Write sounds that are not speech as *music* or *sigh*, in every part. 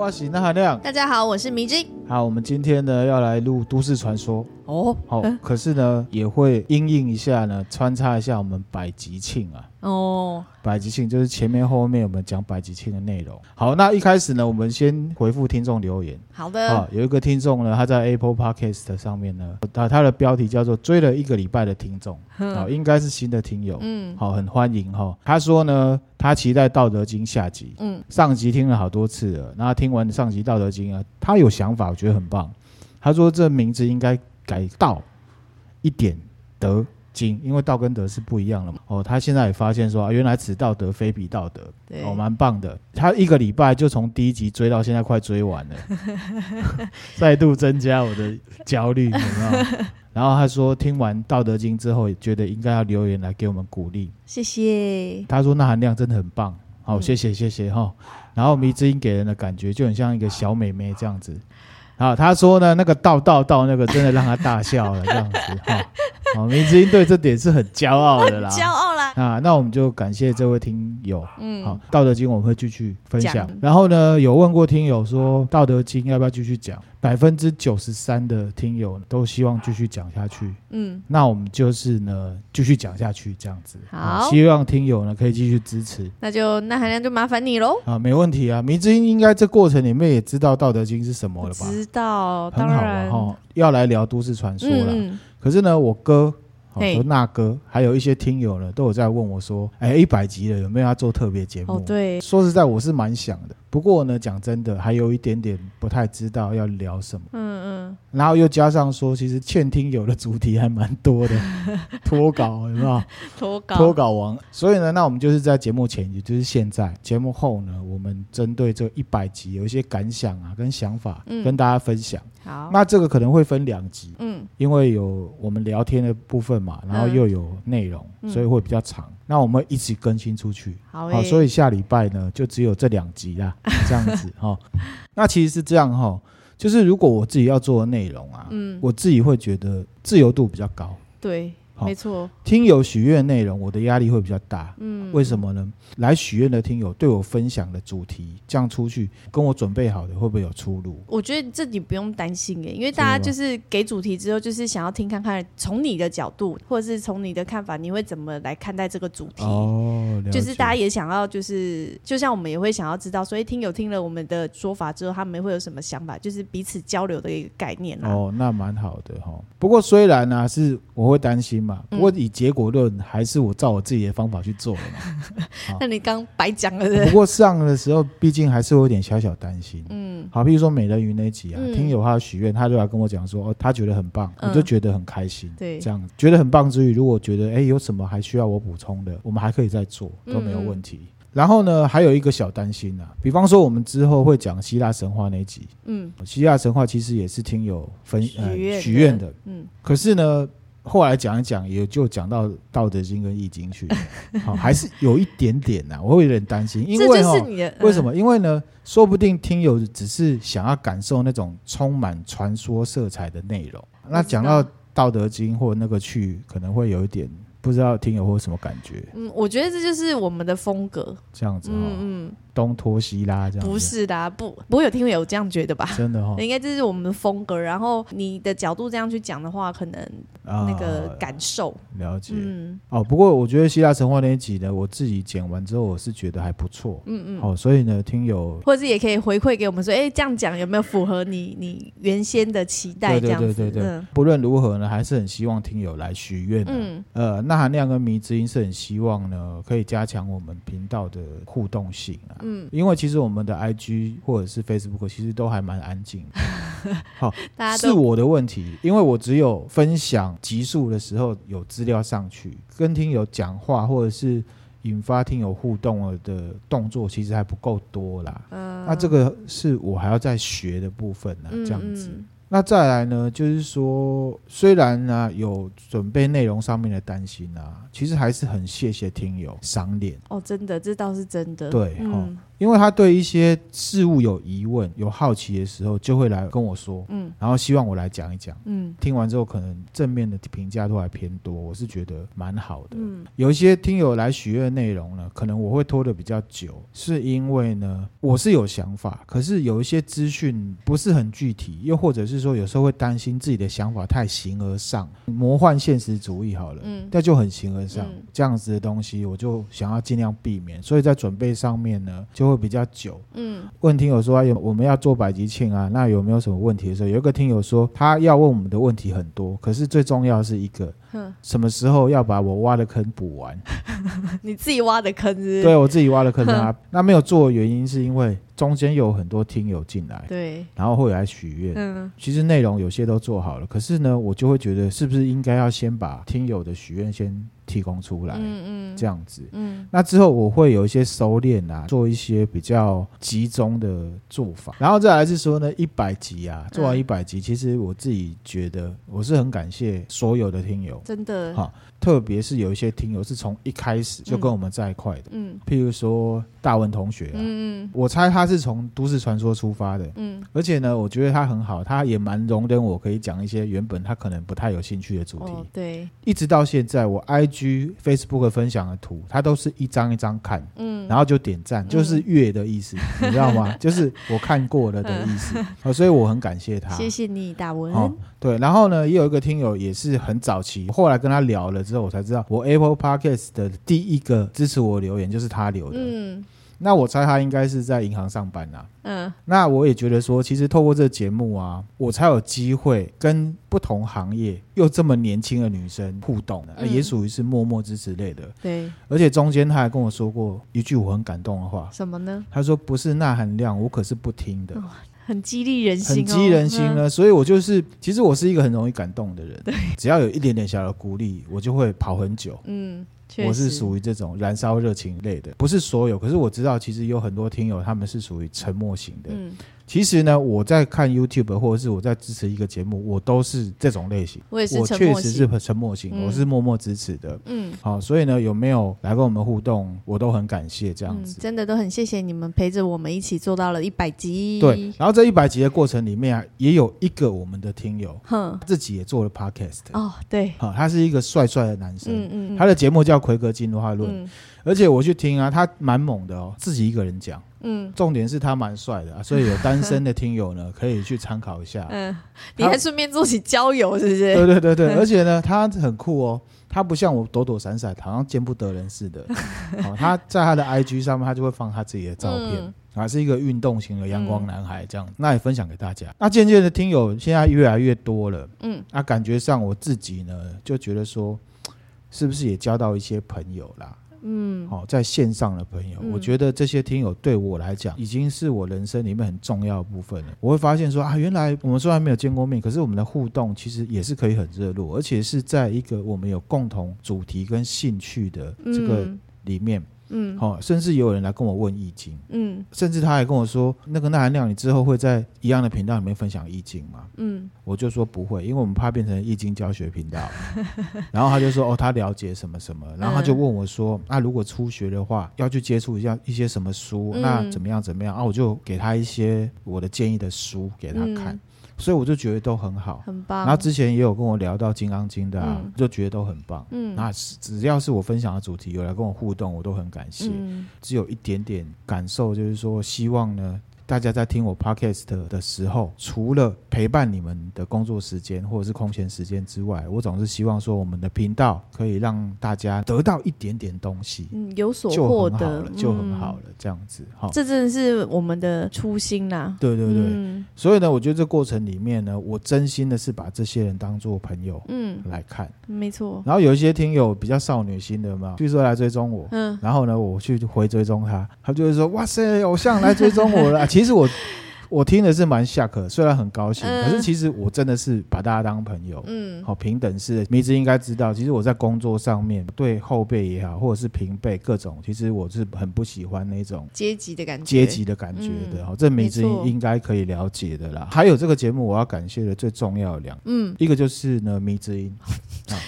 阿喜、那含量。大家好，我是迷之。好，我们今天呢要来录都市传说，哦，好、嗯可是呢也会因应一下呢，穿插一下我们百吉庆啊。哦，百吉庆就是前面后面我们讲百吉庆的内容。好，那一开始呢，我们先回复听众留言。好啊的，，有一个听众呢，他在 Apple Podcast 上面呢，他他的标题叫做“追了一个礼拜的听众”，啊，应该是新的听友，嗯好，很欢迎哈。他说呢，他期待《道德经》下集，嗯，上集听了好多次了，那听完上集《道德经》啊，他有想法，我觉得很棒。他说这名字应该改“道”一点“德”。经，因为道跟德是不一样的嘛。哦，他现在也发现说，啊原来此道德非彼道德，对，哦，蛮棒的。他一个礼拜就从第一集追到现在，快追完 *laughs* 了，再度增加我的焦虑，有没有？ *laughs* 然后他说，听完《道德经》之后，也觉得应该要留言来给我们鼓励。谢谢。他说那含量真的很棒，好、嗯谢谢谢谢哈。然后迷之音给人的感觉就很像一个小美眉这样子。好，他说呢，那个道道道那个真的让他大笑了这样子哈。 *laughs* 好，迷之音对这点是很骄傲的啦。骄傲啦，啊，那我们就感谢这位听友。嗯，好，《道德经》我们会继续分享讲。然后呢，有问过听友说，《道德经》要不要继续讲？百分之九十三的听友都希望继续讲下去。嗯，那我们就是呢，继续讲下去这样子。好啊希望听友呢可以继续支持那就那含量就麻烦你喽。啊，没问题啊。迷之音应该这过程里面也知道《道德经》是什么了吧？知道，很当好啊，然，哈，要来聊都市传说了。嗯，可是呢，我哥。好，嘿说那哥，还有一些听友呢，都有在问我说，哎，一百集了，有没有要做特别节目？哦，对，说实在，我是蛮想的。不过呢，讲真的，还有一点点不太知道要聊什么。嗯嗯，然后又加上说，其实欠听友的主题还蛮多 *laughs* 的，脱稿有没有？投稿，脱稿王。所以呢，那我们就是在节目前，也就是现在节目后呢，我们针对这一百集有一些感想啊，跟想法、嗯跟大家分享。好，那这个可能会分两集，嗯，因为有我们聊天的部分嘛，然后嗯又有内容，嗯所以会比较长。那我们一起更新出去。好，好诶，所以下礼拜呢，就只有这两集 *laughs* 啦，这样子哈、那其实是这样哈、就是如果我自己要做的内容啊，嗯，我自己会觉得自由度比较高，对，好没错，听友许愿的内容，我的压力会比较大。嗯，为什么呢？来许愿的听友对我分享的主题，这样出去跟我准备好的会不会有出入？我觉得这你不用担心耶，因为真的大吗家就是给主题之后，就是想要听看看从你的角度，或者是从你的看法，你会怎么来看待这个主题。哦，了解就是大家也想要，就是就像我们也会想要知道，所以听友听了我们的说法之后，他们会有什么想法，就是彼此交流的一个概念啊啦。哦，那蛮好的哈、不过虽然呢、是我会担心嘛，不嗯过以结果论，还是我照我自己的方法去做了嘛。那你刚白讲了是不过上的时候，毕竟还是会有点小小担心。嗯，好，譬如说美人鱼那一集啊，嗯听友他许愿，他就来跟我讲说，哦，他觉得很棒，嗯我就觉得很开心。对这样觉得很棒之余，如果觉得哎有什么还需要我补充的，我们还可以再做，嗯都没有问题。然后呢，还有一个小担心啊，比方说我们之后会讲希腊神话那一集，嗯希腊神话其实也是听友分许愿呃的许愿的，嗯，可是呢，后来讲一讲，也就讲到《道德经》跟《易经》去， *laughs* 好、还是有一点点呐、我会有点担心，因这为就哈、是你嗯的为什？么？因为呢，说不定听友只是想要感受那种充满传说色彩的内容。那讲到《道德经》或那个去，可能会有一点不知道听友会有什么感觉，嗯，嗯我觉得这就是我们的风格。这样子哈、嗯东拖西拉这嗯，样子，不是的啊，不不会有听友这样觉得吧？真的哈、 *laughs* 应该这是我们的风格，然后你的角度这样去讲的话，可能啊那个感受，了解、嗯哦。不过我觉得希腊神话那一集呢，我自己剪完之后，我是觉得还不错。嗯嗯，哦，所以呢，听友或者是也可以回馈给我们说，哎、这样讲有没有符合你你原先的期待？对这对样对子，对对，嗯不论如何呢，还是很希望听友来许愿、啊。嗯呃，那含量跟迷之音是很希望呢，可以加强我们频道的互动性啊。嗯，因为其实我们的 IG 或者是 Facebook 其实都还蛮安静的，大家是都我的问题，因为我只有分享集数的时候有资料上去，跟听友讲话或者是引发听友互动的动作，其实还不够多啦。嗯那这个是我还要再学的部分呢、嗯啊这样子。嗯那再来呢，就是说，虽然呢、有准备内容上面的担心啊，其实还是很谢谢听友赏脸。哦，真的，这倒是真的，对哦嗯因为他对一些事物有疑问、有好奇的时候，就会来跟我说，嗯然后希望我来讲一讲。嗯听完之后，可能正面的评价都还偏多，我是觉得蛮好的。嗯有一些听友来许愿的内容呢，可能我会拖得比较久，是因为呢，我是有想法，可是有一些资讯不是很具体，又或者是说有时候会担心自己的想法太形而上，魔幻现实主义好了，嗯那就很形而上、嗯这样子的东西，我就想要尽量避免，所以在准备上面呢就会比较久。嗯问听友说、哎，有我们要做百集庆啊，那有没有什么问题的时候，有一个听友说他要问我们的问题很多，可是最重要的是一个哼，什么时候要把我挖的坑补完。你自己挖的坑是不是对我自己挖了坑 *laughs* 啊。那没有做的原因是因为中间有很多听友进来，对，然后会来许愿。嗯其实内容有些都做好了，可是呢，我就会觉得是不是应该要先把听友的许愿先提供出来，嗯嗯，这样子。嗯那之后我会有一些收敛啊，做一些比较集中的做法，然后再来是说呢，一百集啊，做完嗯一百集，其实我自己觉得我是很感谢所有的听友，真的好特别是有一些听友是从一开始就跟我们在一块的，嗯譬如说大文同学啊，嗯我猜他是从都市传说出发的，嗯而且呢，我觉得他很好，他也蛮容忍我可以讲一些原本他可能不太有兴趣的主嗯，题。哦对，一直到现在，我 IG、Facebook 分享的图，他都是一张一张看，嗯，然后就点赞，嗯就是阅的 *laughs* 意思，你知道吗？就是我看过了的意思。哦，所以我很感谢他。嗯谢谢你，大文，哦，对，然后呢，也有一个听友也是很早期，后来跟他聊了之后，我才知道我 Apple Podcast 的第一个支持我的留言就是他留的。嗯那我猜他应该是在银行上班啦、啊嗯那我也觉得说，其实透过这个节目啊，我才有机会跟不同行业又这么年轻的女生互动，呃嗯也属于是默默支持类的。对，而且中间他还跟我说过一句我很感动的话，什么呢？他说：“不是呐喊量，我可是不听的。”哦很激励人心、哦，很激人心啊嗯呢，所以我就是，其实我是一个很容易感动的人，只要有一点点小的鼓励，我就会跑很久。 *laughs* 嗯，确我是实属于这种燃烧热情类的，不是所有，可是我知道，其实有很多听友他们是属于沉默型的。嗯，其实呢，我在看 YouTube 或者是我在支持一个节目，我都是这种类型，我也是我沉确默实型是沉默型，嗯我是默默支持的。嗯好，所以呢，有没有来跟我们互动，我都很感谢这样嗯，子。真的都很谢谢你们陪着我们一起做到了一百集，对，，然后这一百集的过程里面啊，也有一个我们的听友，哼，自己也做了 podcast，哦，对，好、他是一个帅帅的男嗯生，嗯，嗯他的节目叫《奎格进化论》，嗯而且我去听啊，他蛮猛的哦，自己一个人讲，嗯重点是他蛮帅的、啊，所以有单身的听友呢，可以去参考一下。嗯，你还顺便做起交友是不是？对对对 *laughs* 对，而且呢，他很酷哦，他不像我躲躲闪闪，好像见不得人似 *laughs* 的。好、他在他的 IG 上面，他就会放他自己的照片。嗯啊，是一个运动型的阳光男孩这样，那也分享给大家。那渐渐的，听友现在越来越多了，嗯，那感觉上我自己呢，就觉得说，是不是也交到一些朋友啦？嗯，好、在线上的朋友，嗯我觉得这些听友对我来讲，已经是我人生里面很重要的部分了。我会发现说啊，原来我们虽然没有见过面，可是我们的互动其实也是可以很热络，而且是在一个我们有共同主题跟兴趣的这个嗯里面。嗯好、甚至有人来跟我问易经，嗯甚至他还跟我说，那个钠含量你之后会在一样的频道里面分享易经吗？嗯我就说不会，因为我们怕变成易经教学频道。 *laughs* 然后他就说哦，他了解什么什么，然后他嗯就问我说，那、如果初学的话，要去接触一下一些什么书，嗯那怎么样怎么样啊？我就给他一些我的建议的书给他看，嗯所以我就觉得都很好。很棒。然后之前也有跟我聊到《金刚经》的啊，嗯就觉得都很棒。嗯那只只要是我分享的主题，有来跟我互动，我都很感谢。嗯只有一点点感受，就是说希望呢，大家在听我 podcast 的时候，除了陪伴你们的工作时间或者是空闲时间之外，我总是希望说我们的频道可以让大家得到一点点东西，嗯有所就获很好得了，，就很好嗯了，这样子哈。这真的是我们的初心啦。对对对，嗯所以呢，我觉得这过程里面呢，我真心的是把这些人当做朋友嗯，来看，没错。然后有一些听友比较少女心的嘛，据说来追踪我，嗯，然后呢，我去回追踪他，他就会说：“哇塞，偶像来追踪我 *laughs* 了。”啊其实我我听的是蛮下课，虽然很高兴，嗯可是其实我真的是把大家当朋友，嗯好、平等式的。迷之应该知道，其实我在工作上面对后辈也好，或者是平辈各种，其实我是很不喜欢那种。阶级的感觉，阶级的感觉的，嗯好、这迷之没错应该可以了解的啦。还有这个节目，我要感谢的最重要的两，嗯，一个就是呢迷之音，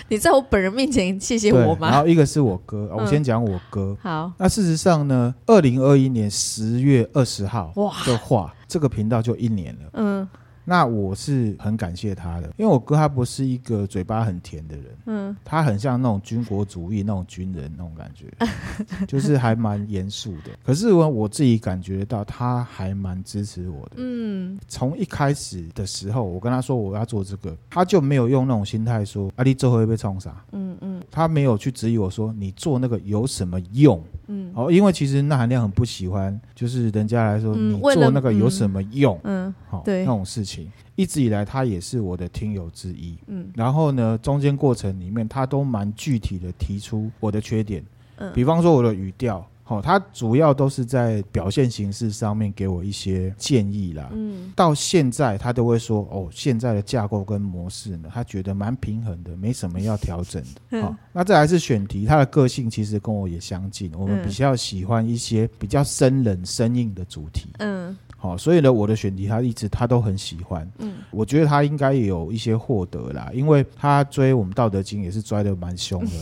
你在我本人面前谢谢对我，然吗？后一个是我哥，哦我嗯先讲我哥。好，那事实上呢，二零二一年十月二十号哇的话，这个频道就一年了。嗯那我是很感谢他的，因为我哥他不是一个嘴巴很甜的人，嗯，他很像那种军国主义那种军人那种感觉， *laughs* 就是还蛮严肃的。可是我我自己感觉到他还蛮支持我的。嗯，从一开始的时候，我跟他说我要做这个，他就没有用那种心态说啊你这会被冲啥，嗯嗯他没有去质疑我说你做那个有什么用。嗯哦，因为其实那含量很不喜欢，就是人家来说、嗯你为了做那个有什么用？嗯好、对那种事情，一直以来他也是我的听友之一。嗯然后呢，中间过程里面，他都蛮具体的提出我的缺点，嗯，比方说我的语调，好、他主要都是在表现形式上面给我一些建议啦。嗯到现在，他都会说哦，现在的架构跟模式呢，他觉得蛮平衡的，没什么要调整的。好、嗯那再来是选题，他的个性其实跟我也相近，我们嗯比较喜欢一些比较生冷、生硬的主题。嗯好、所以呢，我的选题他一直他都很喜欢。嗯我觉得他应该也有一些获得啦，因为他追我们《道德经》也是追的蛮凶的，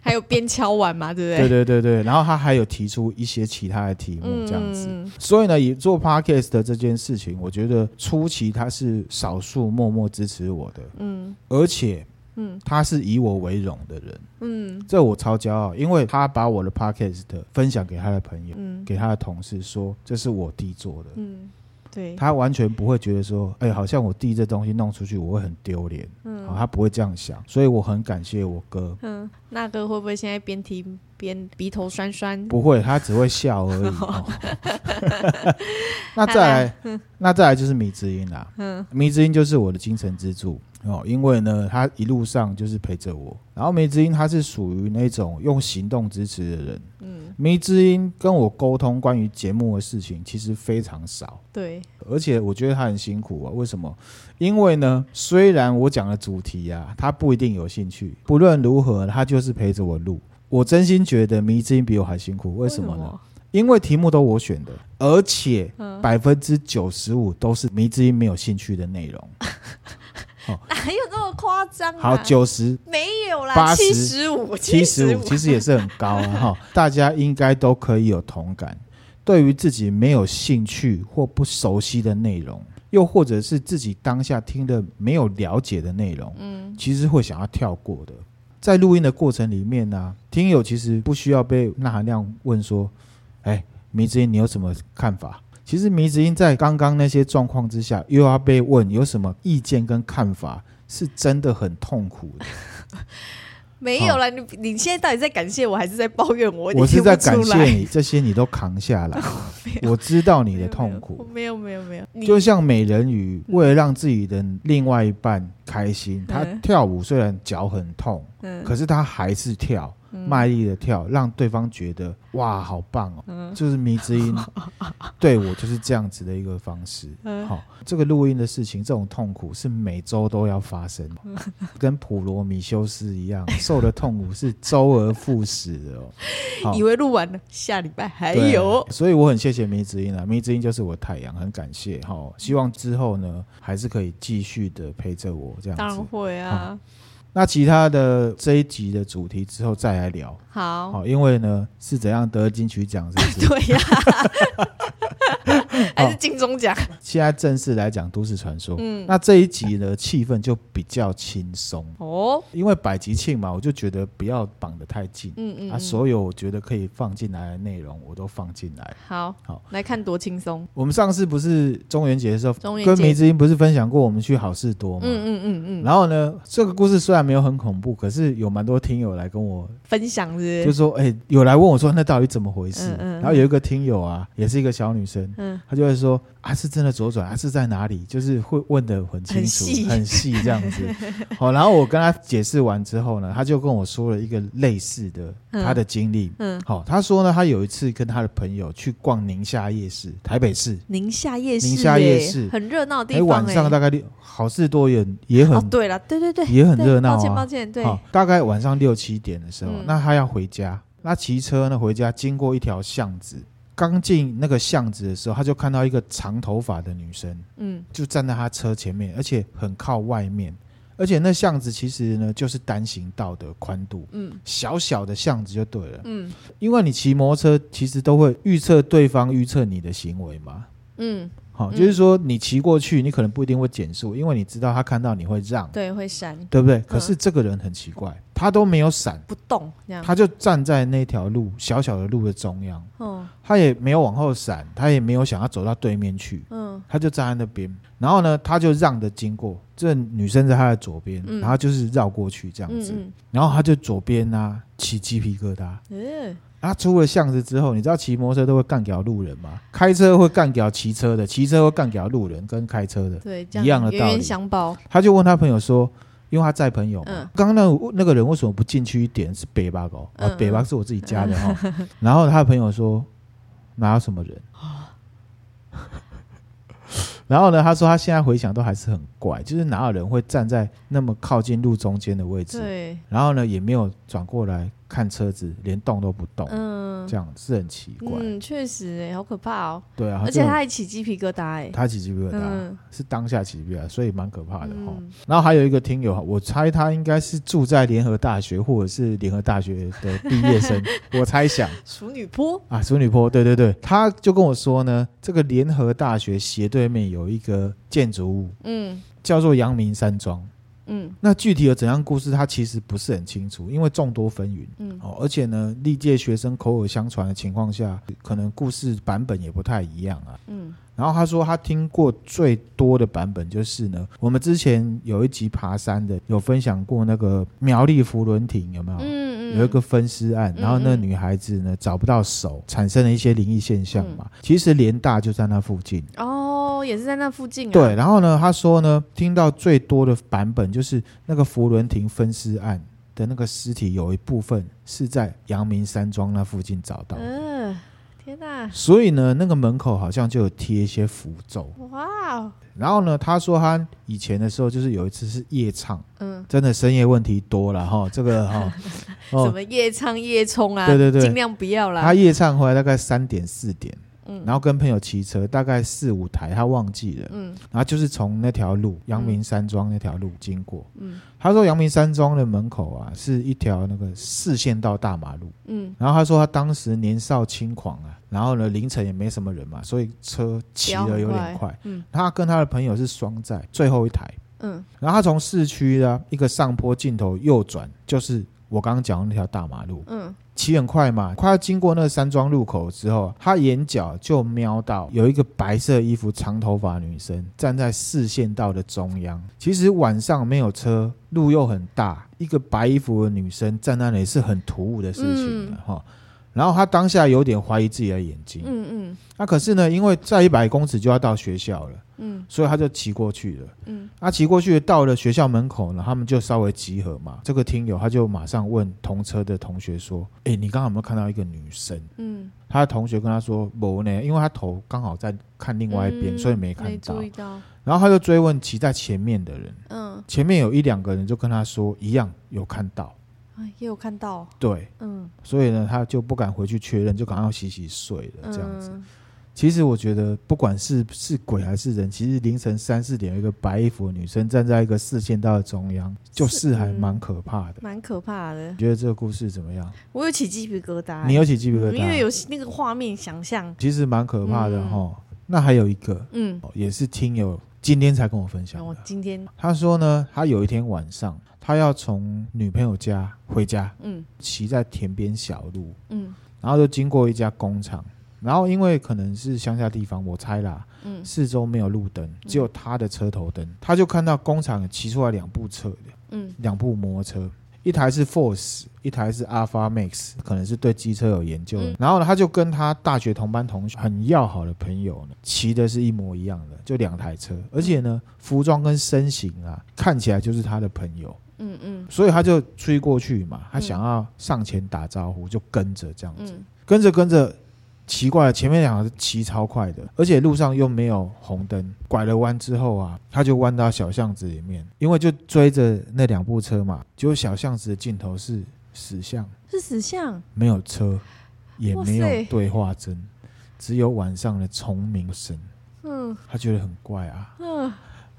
还有边敲碗嘛， *laughs* 对不对对？对对对。然后他还有提出一些其他的题目嗯，这样子，嗯所以呢，以做 podcast 的这件事情，我觉得初期他是少数默默支持我的，嗯而且嗯他是以我为荣的人，嗯这我超骄傲，因为他把我的 podcast 分享给他的朋友，嗯给他的同事说这是我弟做的，嗯，对，他完全不会觉得说，哎，好像我弟这东西弄出去我会很丢脸。哦嗯好，他不会这样想，所以我很感谢我哥。嗯，那哥会不会现在边听边鼻头酸酸？不会，他只会笑而已。 *laughs* 哦那再来，那再来就是米之音啦。嗯米之音就是我的精神支柱哦，因为呢，他一路上就是陪着我。然后米之音他是属于那种用行动支持的人。嗯，米之音跟我沟通关于节目的事情其实非常少，对，而且我觉得他很辛苦啊。为什么？因为呢，虽然我讲的主题啊，他不一定有兴趣。不论如何，他就是陪着我录。我真心觉得迷之音比我还辛苦，为什么呢？？因为题目都我选的，而且嗯百分之九十五都是迷之音没有兴趣的内容。哪有这么夸张、啊？好，九十没有啦， 80七十五，七十五五，其实也是很高啊哈。大家应该都可以有同感，对于自己没有兴趣或不熟悉的内容，又或者是自己当下听的没有了解的内容，嗯其实会想要跳过的。在录音的过程里面呢、听友其实不需要被那含量问说：“哎，迷之音，你有什么看法？”其实迷之音在刚刚那些状况之下，又要被问有什么意见跟看法，是真的很痛苦的。没有啦。你你现在到底在感谢我，还是在抱怨我？我你是听在不出感谢来 *laughs* 你，这些你都扛下来，我知道你的痛苦。没有没嗯有没有，没有没有就像美人鱼，为了让自己的另外一半开心，她嗯跳舞虽然脚很痛，嗯可是她还是跳，卖力的跳，让对方觉得哇，好棒哦！嗯就是迷之 *laughs* 音对我就是这样子的一个方式。嗯好、这个录音的事情，这种痛苦是每周都要发生，嗯跟普罗米修斯一样，受的痛苦是周而复始的 *laughs* 哦。好以为录完了，下礼拜还对有。所以我很谢谢迷之音啊，迷之音就是我太阳，很感谢哈、希望之后呢，还是可以继续的陪着我这当样然子。会啊，那其他的这一集的主题之后再来聊，好，好、因为呢是怎样得金曲奖，是不是？ *laughs* 对 *laughs* 呀、还是金钟奖，现在正式来讲都市传说。嗯，那这一集呢，气氛就比较轻松，哦，因为百集庆嘛，我就觉得不要绑得太紧，嗯嗯，啊，嗯所有我觉得可以放进来的内容我都放进来。好，好来看多轻松，我们上次不是中元节的时候，中元跟节梅之音不是分享过我们去好事多嗯嘛？嗯嗯嗯，然后呢，这个故事虽然没有很恐怖，可是有蛮多听友来跟我，分享是不是就说，哎、有来问我说，那到底怎么回事？嗯嗯嗯然后有一个听友啊，也是一个小女生，嗯她就会说，啊，是真的左转，啊是在哪里？就是会问的很清很楚，细很细 *laughs* 这样子。好，然后我跟她解释完之后呢，她就跟我说了一个类似的嗯她的经历。嗯，好，她说呢，她有一次跟她的朋友去逛宁夏夜市，台北市。宁夏夜市欸，宁夏夜市很热闹的地哎，方、欸，晚上大概六好事多也也很、哦，对了，对对对，也很热闹对抱歉抱啊。歉，对，好大概晚上六七点的时候，嗯那他要回家，那骑车呢回家，经过一条巷子，刚进那个巷子的时候，他就看到一个长头发的女生嗯就站在他车前面，而且很靠外面。而且那巷子其实呢就是单行道的宽度，嗯小小的巷子就对了。嗯因为你骑摩托车其实都会预测对方预测你的行为嘛。嗯，好，嗯就是说你骑过去，你可能不一定会减速，因为你知道他看到你会让，对，会闪对不对？可是这个人很奇怪，他都没有闪，不动这样。他就站在那条路小小的路的中央，嗯他也没有往后闪，他也没有想要走到对面去，嗯他就站在那边。然后呢，他就让着经过，这女生在他的左边，嗯然后就是绕过去这样子，嗯然后他就左边啊起鸡皮疙瘩。嗯，他出了巷子之后，你知道骑摩托车都会干掉路人吗？开车会干掉骑车的，骑车会干掉路人跟开车的呃。对，一这样的冤道冤理相报。他就问他朋友说，因为他载朋友嘛，嗯刚刚那那个人为什么不进去一点？是北巴狗，嗯啊，北巴是我自己家的哈、然后他的朋友说，哪有什么 *laughs* 人？然后呢，他说他现在回想都还是很怪，就是哪有人会站在那么靠近路中间的位置？对，然后呢，也没有转过来看车子，连动都不动，嗯这样是很奇怪。嗯，确实哎，好可怕哦，对啊，而且就他还起鸡皮疙瘩哎。他起鸡皮疙瘩、嗯是当下起鸡皮疙瘩，所以蛮可怕的哦哈、嗯然后还有一个听友，我猜他应该是住在联合大学或者是联合大学的毕业生，我猜想熟女坡，啊，淑女坡，对对对，他就跟我说呢，这个联合大学斜对面有一个建筑物嗯叫做阳明山庄。嗯那具体有怎样故事，他其实不是很清楚，因为众多纷纭。嗯哦，而且呢，历届学生口耳相传的情况下，可能故事版本也不太一样啊。嗯然后他说他听过最多的版本就是呢，我们之前有一集爬山的有分享过那个苗栗福伦亭有没有？嗯，有一个分尸案，嗯然后那个女孩子呢找不到手，产生了一些灵异现象嘛。嗯其实联大就在那附近。哦，也是在那附近啊。对，，然后呢，他说呢，听到最多的版本就是那个福伦亭分尸案的那个尸体有一部分是在阳明山庄那附近找到的，嗯，天哪，所以呢，那个门口好像就有贴一些符咒。哇哦，然后呢，他说他以前的时候，就是有一次是夜唱，嗯，真的深夜问题多了哈，这个哈， *laughs* 什哦，么夜唱夜冲啊，对对对尽量不要啦他。夜唱回来大概三点四点，嗯然后跟朋友骑车大概四五台，他忘记了，嗯然后就是从那条路阳明山庄那条路经过。嗯他说阳明山庄的门口啊是一条那个四线道大马路，嗯，然后他说他当时年少轻狂啊，然后呢凌晨也没什么人嘛，所以车骑飙的很有点快。嗯他跟他的朋友是双载最后一台。嗯然后他从市区的一个上坡尽头右转，就是我刚刚讲的那条大马路，嗯，骑很快嘛，快要经过那个山庄路口之后，他眼角就瞄到有一个白色衣服、长头发女生站在四线道的中央。其实晚上没有车，路又很大，一个白衣服的女生站那里是很突兀的事情的哈。然后他当下有点怀疑自己的眼睛，嗯嗯嗯那、可是呢，因为再一百公尺就要到学校了，嗯所以他就骑过去了。嗯啊，骑过去到了学校门口呢，他们就稍微集合嘛。这个听友他就马上问同车的同学说：“哎、你刚刚有没有看到一个女生嗯，？”他的同学跟他说：“没呢，因为他头刚好在看另外一边，嗯所以没看到注。意到。”然后他就追问骑在前面的人，嗯，前面有一两个人就跟他说一样有看到，哎也有看到。对，嗯，所以呢他就不敢回去确认，就赶快洗洗睡了这样子。嗯其实我觉得，不管是是鬼还是人，其实凌晨三四点，有一个白衣服的女生站在一个视线道的中央，就是还蛮可怕的。蛮可怕的你，觉得这个故事怎么样？我有起鸡皮疙瘩欸。你有起鸡皮疙嗯因为瘩？有那个画面想象。其实蛮可怕的嗯哈、那还有一个，嗯，哦也是听友今天才跟我分享我的。今天他说呢，他有一天晚上，他要从女朋友家回家，嗯骑在田边小路，嗯然后就经过一家工厂，然后因为可能是乡下地方，我猜啦，嗯四周没有路灯，只有他的车头灯。他就看到工厂骑出来两部车，嗯两部摩托车，一台是 Force，一台是 Alpha Max，可能是对机车有研究的。嗯然后呢，他就跟他大学同班同学很要好的朋友呢，骑的是一模一样的，就两台车，而且呢，服装跟身形啊，看起来就是他的朋友。嗯嗯所以他就追过去嘛，他嗯想要上前打招呼，就跟着这样子，嗯跟着跟着，奇怪了，前面两个骑超快的，而且路上又没有红灯，拐了弯之后啊，他就弯到小巷子里面，因为就追着那两部车嘛，结果小巷子的尽头是死巷，是死相。没有车，也没哇有塞对话声，只有晚上的虫鸣声，嗯他觉得很怪啊。嗯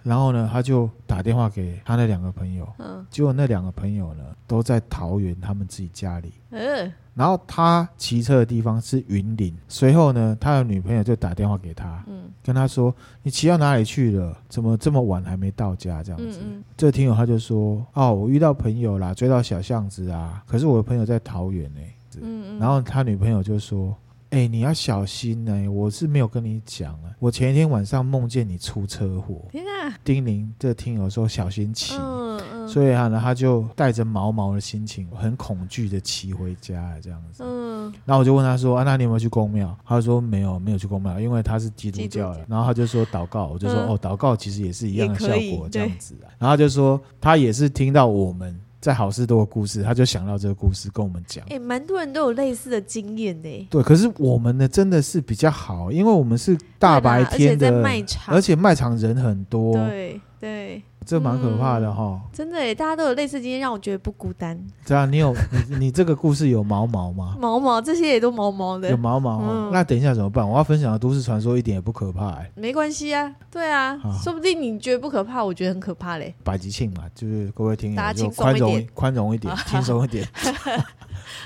然后呢，他就打电话给他那两个朋友，嗯，结果那两个朋友呢都在桃园他们自己家里。呃，然后他骑车的地方是云林，随后呢，他的女朋友就打电话给他，嗯跟他说：“你骑到哪里去了？怎么这么晚还没到家？”这样嗯子，嗯，这听友他就说：“哦，我遇到朋友啦，追到小巷子啊，可是我的朋友在桃园呢、嗯嗯，然后他女朋友就说：“哎、你要小心呢、欸我是没有跟你讲啊，我前一天晚上梦见你出车祸。天啊，”叮咛这听友说：“小心骑。嗯嗯，所以他呢，他就带着毛毛的心情，很恐惧的骑回家啊了，这样子。嗯然后我就问他说：“啊，那你有没有去公庙？”他说：“没有，没有去公庙，因为他是基督教基督的。”然后他就说：“祷告。”我就说：“嗯哦，祷告其实也是一样的效也可果以，这样子啊。”然后他就说：“他也是听到我们在好事多的故事，他就想到这个故事跟我们讲。哎，蛮多人都有类似的经验呢。对，可是我们呢真的是比较好，因为我们是大白天对啦而且在的，卖场而且卖场人很多，对嗯对，这蛮可怕的哈、真的耶，大家都有类似经验，让我觉得不孤单。这样你有你你这个故事有毛毛吗？毛毛这些也都毛毛有的，毛毛哈、嗯那等一下怎么办？我要分享的都市传说一点也不可怕、欸，没关系啊，对啊好，说不定你觉得不可怕，我觉得很可怕嘞。百吉庆嘛，就是各位听大友家就轻松宽一容点宽容一点，轻松一点。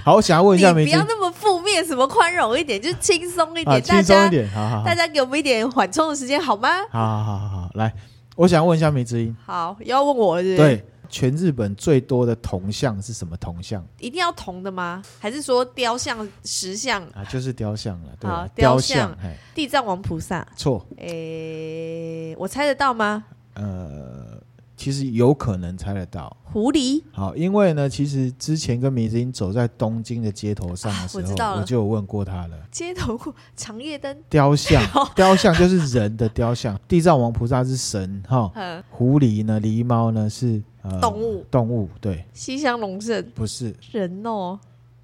好，我想要问一你下不明要星那么负面，什么宽容一点，就轻松一啊，点，大轻松家一点，好好好大，家给我们一点缓冲的时间好吗？好好好好好，来，我想问一下明之音，好，又要问我了是不是，对，全日本最多的铜像是什么铜像？一定要铜的吗？还是说雕像、石像、啊，就是雕像了，对好啊，雕像像，哎，地藏王菩萨？错，诶、我猜得到吗？呃，其实有可能猜得到。狐狸？好，因为呢，其实之前跟迷之音走在东京的街头上的啊时我候，知道了我就有问过他了。街头过长夜灯？雕像 *laughs* 哦，雕像就是人的雕像， *laughs* 地藏王菩萨是神哈，嗯，狐狸呢，狸猫呢是呃动物，动物对，西乡隆盛不是。人哦，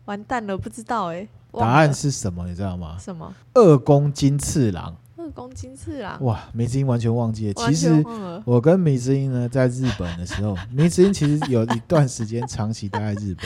完蛋了，不知道哎、答忘了案是什么？你知道吗？什么？二宫金次郎，二公斤次郎？哇，迷之音完全忘记了。啊完其全实哦忘了我跟迷之音呢，在日本的时候， *laughs* 迷之音其实有一段时间长期待在日本。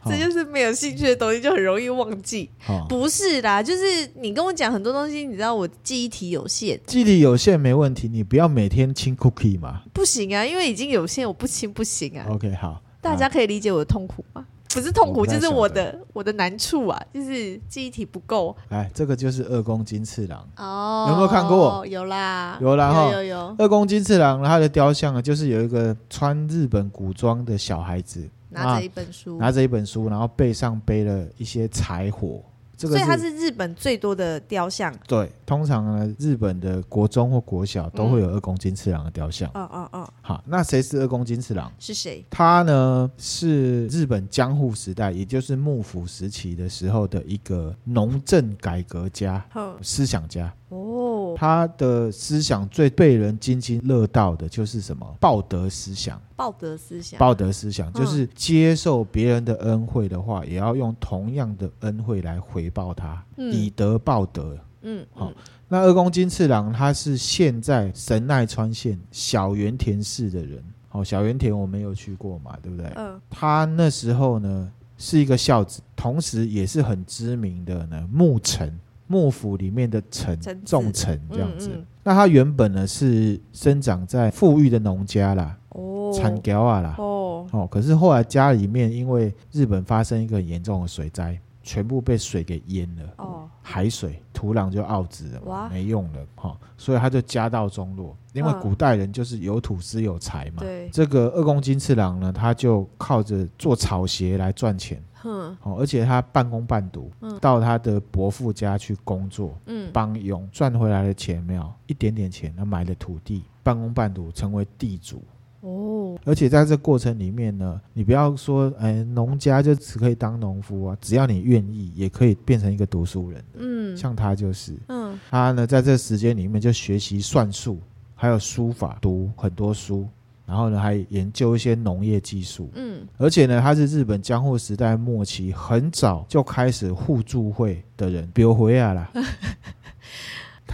好 *laughs* 这就是没有兴趣的东西就很容易忘记。好，不是啦，就是你跟我讲很多东西，你知道我记忆体有限，记忆力有限没问题，你不要每天清 cookie 嘛。不行啊，因为已经有限，我不清不行啊。 OK，好，大家可以理解我的痛苦吗？不是痛我苦，不太就是我的我的难处啊，就是记忆体不够好来，这个就是二宫金次郎。哦有没有看过？有啦，有啦哈有有有。二宫金次郎他的雕像啊，就是有一个穿日本古装的小孩子，拿啊着一本书，拿着一本书，然后背上背了一些柴火。这所个以它是日本最多的雕像。对，通常呢，日本的国中或国小都会有二宫金次郎的雕像。嗯嗯嗯，好，那谁是二宫金次郎？是谁？他呢是日本江户时代，也就是幕府时期的时候的一个农政改革家、哼思想家。哦，他的思想最被人津津乐道的就是什么？报德思想。道德思想。报德思嗯想就是接受别人的恩惠的话，也要用同样的恩惠来回报他，嗯以德报德。嗯，好嗯那二宫金次郎他是现在神奈川县小原田市的人。哦，小原田我没有去过嘛，对不对？嗯他那时候呢是一个孝子，同时也是很知名的呢幕臣，幕府里面的臣臣子重臣这样子。嗯嗯那他原本呢是生长在富裕的农家啦，哦，产条啊啦。哦，哦，可是后来家里面因为日本发生一个很严重的水灾，全部被水给淹了。哦，海水土壤就沤质了嘛，哇没用了哈、哦所以他就家道中落。因为嗯古代人就是有土司有财嘛，对，这个二宫金次郎呢，他就靠着做草鞋来赚钱哼，哦，而且他半工半读，嗯到他的伯父家去工作嗯，帮佣，赚回来的钱没有一点点钱，他买了土地，半工半读成为地主。哦，而且在这过程里面呢，你不要说，哎，农家就只可以当农夫啊，只要你愿意，也可以变成一个读书人。嗯像他就是，嗯他呢，在这时间里面就学习算术，还有书法，读很多书，然后呢，还研究一些农业技术。嗯，而且呢，他是日本江户时代末期很早就开始互助会的人，比如回亚啦。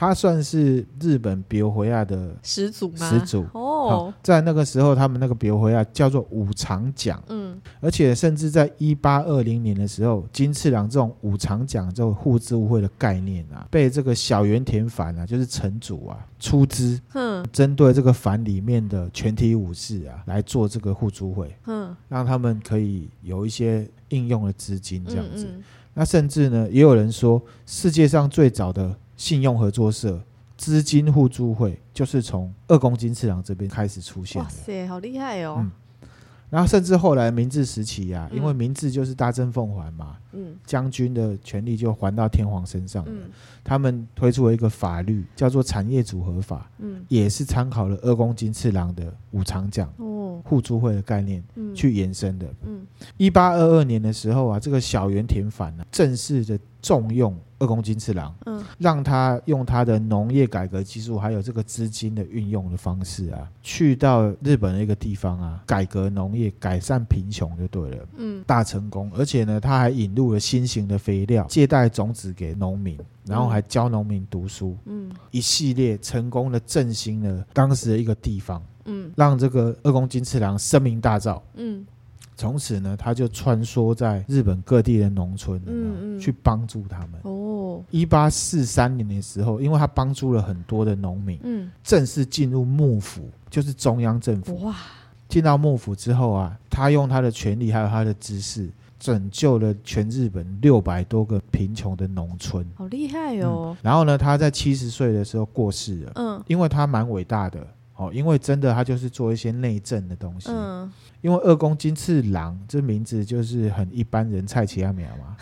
他算是日本比如回亚的始祖吗？始祖哦，好哦，在那个时候，他们那个别回啊叫做五常奖，嗯，而且甚至在一八二零年的时候，金次郎这种五常奖这种互知互惠的概念啊，被这个小原田繁啊，就是城主啊出资，哼针对这个繁里面的全体武士啊来做这个互助会，哼，让他们可以有一些应用的资金这样子。嗯那甚至呢，也有人说，世界上最早的信用合作社资金互助会，就是从二宫金次郎这边开始出嗯现哇的。塞，好厉害哦嗯，然后甚至后来明治时期呀、啊，嗯因为明治就是大政奉还嘛，嗯将军的权力就还到天皇身上了。嗯他们推出了一个法律，叫做产业组合法，嗯，也是参考了二宫金次郎的五常奖哦，互助会的概念嗯，去延伸的。嗯一八二二年的时候啊，这个小原田繁呢、正式的重用二宫金次郎，嗯让他用他的农业改革技术，还有这个资金的运用的方式啊，去到日本的一个地方啊，改革农业，改善贫穷就对了。嗯大成功，而且呢，他还引入了新型的肥料，借贷种子给农民，然后还教农民读书，嗯一系列成功的振兴了当时的一个地方，嗯让这个二宫金次郎声名大噪。嗯从此呢，他就穿梭在日本各地的农村，嗯有没有嗯去帮助他们。哦，一八四三年的时候，因为他帮助了很多的农民，嗯正式进入幕府，就是中央政府。哇，进到幕府之后啊，他用他的权力还有他的知识，拯救了全日本六百多个贫穷的农村。好厉害哦，然后呢，他在七十岁的时候过世了，嗯因为他蛮伟大的哦，因为真的他就是做一些内政的东西。嗯因为二宫金次郎这名字就是很一般人菜奇亚苗 *laughs* 嘛，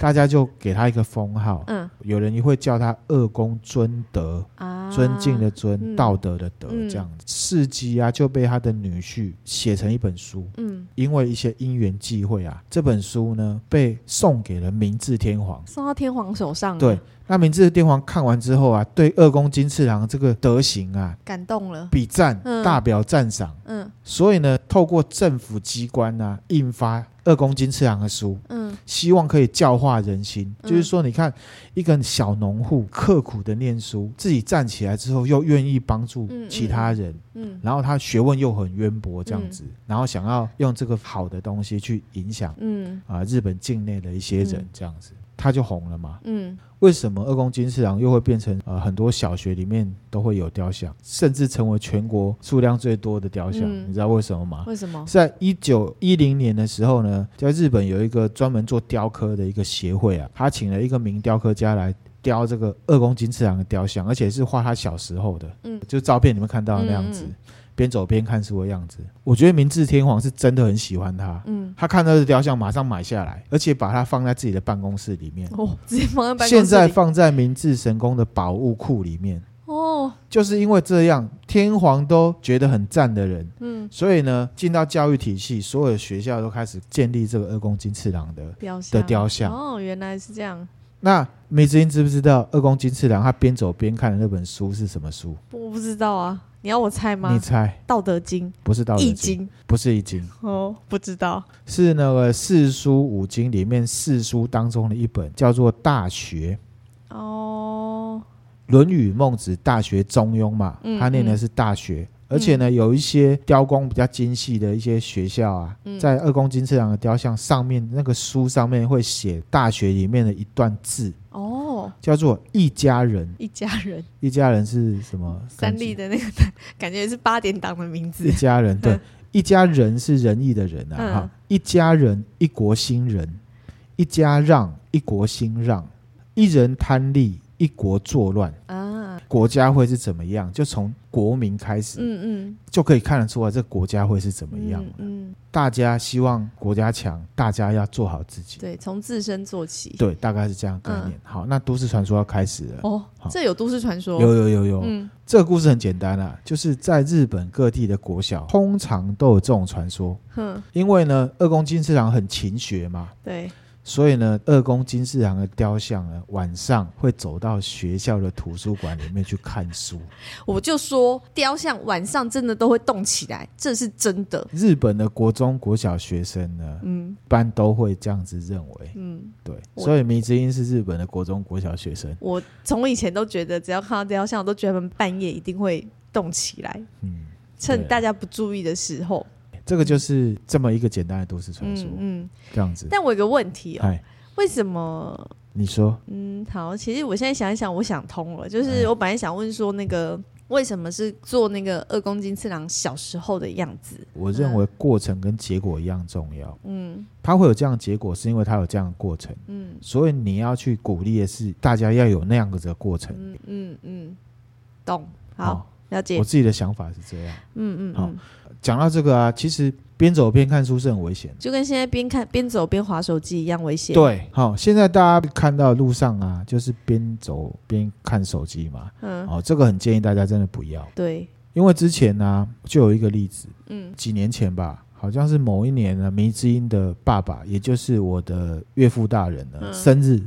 大家就给他一个封号，嗯有人会叫他二宫尊德，啊，尊敬的尊，嗯道德的德，嗯这样子。事迹啊就被他的女婿写成一本书，嗯，因为一些因缘际会啊，这本书呢被送给了明治天皇。送到天皇手上，对，，那明治天皇看完之后啊，对二宫金次郎这个德行啊，感动了，比赞，嗯大表赞赏。嗯所以呢，透过政府机关啊，印发二宫金次郎的书，嗯希望可以教化人心。嗯就是说，你看一个小农户刻苦的念书，自己站起来之后，又愿意帮助嗯嗯其他人，嗯然后他学问又很渊博，这样嗯子，然后想要用这个好的东西去影响嗯啊、日本境内的一些人嗯，这样子。他就红了嘛？嗯为什么二宫金次郎又会变成呃很多小学里面都会有雕像，甚至成为全国数量最多的雕像？嗯你知道为什么吗？为什么？在一九一零年的时候呢，在日本有一个专门做雕刻的一个协会啊，他请了一个名雕刻家来雕这个二宫金次郎的雕像，而且是画他小时候的，嗯就照片你们看到的那样子，嗯嗯边走边看书的样子。我觉得明治天皇是真的很喜欢他，嗯他看到这雕像马上买下来，而且把它放在自己的办公室里面，哦，直接放在办公室现里在放在明治神宫的宝物库里面。哦，就是因为这样，天皇都觉得很赞的人，嗯，所以呢，进到教育体系，所有的学校都开始建立这个二宫金次郎的雕像的雕像。哦，原来是这样，那梅子英知不知道二宫金次郎他边走边看的那本书是什么书？我不知道啊，你要我猜吗？你《猜？道德经》不是《道德易经》，经不是《易经》，哦，不知道是那个四书五经里面四书当中的一本，叫做《大学》。哦， 《论语》《孟子》《大学》《中庸》嘛，嗯他念的是大学。而且呢，有一些雕工比较精细的一些学校啊，嗯在二宫金次郎的雕像上面，那个书上面会写大学里面的一段字，哦，叫做“一家人一家人，”。一家人是什么？三立的那个感觉是八点档的名字一，家人，对，一家人是仁义的人啊，嗯哈，一家人，一国兴仁，一家让，一国兴让，一人贪利，一国作乱，啊，国家会是怎么样？就从国民开始，嗯嗯，就可以看得出来这国家会是怎么样。啊嗯，嗯，大家希望国家强，大家要做好自己。对，从自身做起。对，大概是这样的概念。好，那都市传说要开始了。哦好，这有都市传说，有有有有，嗯这个故事很简单啊，就是在日本各地的国小通常都有这种传说，哼，因为呢，二宫金次郎很勤学嘛，对，所以呢，二宫金次郎的雕像呢，晚上会走到学校的图书馆里面去看书。我就说雕像晚上真的都会动起来，这是真的。日本的国中、国小学生呢，嗯一般都会这样子认为。嗯，对，我所以迷之音是日本的国中国小学生。我从以前都觉得，只要看到雕像，我都觉得他们半夜一定会动起来。嗯，趁对大家不注意的时候，这个就是这么一个简单的都市传说嗯，嗯。这样子。但我有个问题哦，哎，为什么？你说，嗯，好，其实我现在想一想，我想通了，哎就是我本来想问说那个。为什么是做那个二公斤次郎小时候的样子？我认嗯为过程跟结果一样重要。嗯，它会有这样的结果，是因为它有这样的过程。嗯，所以你要去鼓励的是大家要有那样子的过程。嗯嗯，懂，好，好，了解我。自己的想法是这样。嗯嗯好嗯，讲到这个啊，其实边走边看书是很危险的。就跟现在边看边走边划手机一样危险。，对，好、现在大家看到路上啊，就是边走边看手机嘛。嗯，哦，这个很建议大家真的不要，对，因为之前呢、就有一个例子，嗯几年前吧，好像是某一年呢，迷之音的爸爸，也就是我的岳父大人呢，嗯生日，